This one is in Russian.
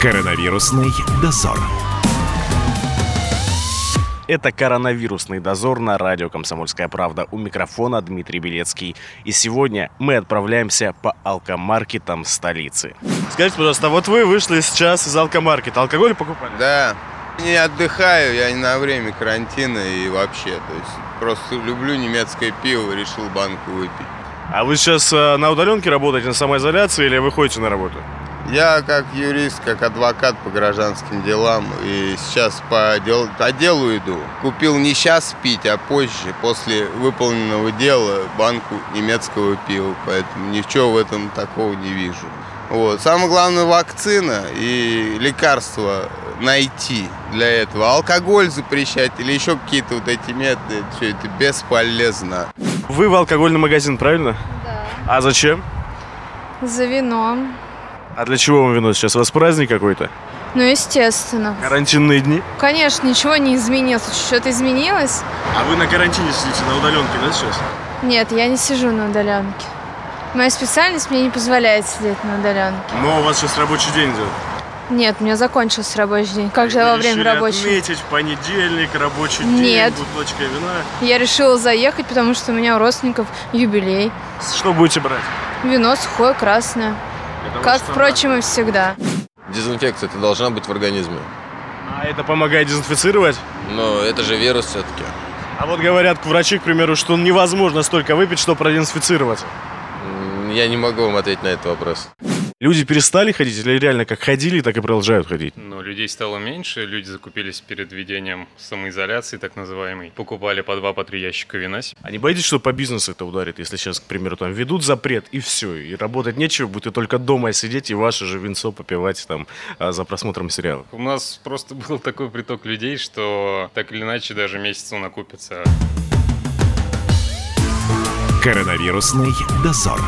Коронавирусный дозор. Это коронавирусный дозор на радио «Комсомольская правда». У микрофона Дмитрий Белецкий. И сегодня мы отправляемся по алкомаркетам столицы. Скажите, пожалуйста, а вот вы вышли сейчас из алкомаркета. Алкоголь покупали? Да. Не отдыхаю, я не на время карантина и вообще. То есть просто люблю немецкое пиво, решил банку выпить. А вы сейчас э, на удаленке работаете, на самоизоляции или вы ходите на работу? Я как юрист, как адвокат по гражданским делам и сейчас по, дел... по делу иду. Купил не сейчас пить, а позже, после выполненного дела, банку немецкого пива. Поэтому ничего в этом такого не вижу. Вот. Самое главное вакцина и лекарства найти для этого. Алкоголь запрещать или еще какие-то вот эти методы, все это бесполезно. Вы в алкогольный магазин, правильно? Да. А зачем? За вином. А для чего вам вино сейчас? У вас праздник какой-то? Ну, естественно. Карантинные дни? Конечно, ничего не изменилось. Что-то изменилось? А вы на карантине сидите, на удаленке, да, сейчас? Нет, я не сижу на удаленке. Моя специальность мне не позволяет сидеть на удаленке. Но у вас сейчас рабочий день идет. Нет, у меня закончился рабочий день. Как же я во время рабочего? отметить понедельник, рабочий день, Нет. бутылочка вина. Я решила заехать, потому что у меня у родственников юбилей. Что будете брать? Вино сухое, красное. Как, впрочем, и всегда. Дезинфекция это должна быть в организме. А это помогает дезинфицировать? Но это же вирус все-таки. А вот говорят врачи, к примеру, что невозможно столько выпить, чтобы продезинфицировать. Я не могу вам ответить на этот вопрос. Люди перестали ходить или реально как ходили, так и продолжают ходить? Но людей стало меньше, люди закупились перед введением самоизоляции, так называемой. Покупали по два, по три ящика вина. себе. А не боитесь, что по бизнесу это ударит, если сейчас, к примеру, там ведут запрет и все, и работать нечего, будете только дома сидеть и ваше же винцо попивать там а, за просмотром сериала? У нас просто был такой приток людей, что так или иначе даже месяцу накупится. Коронавирусный дозор.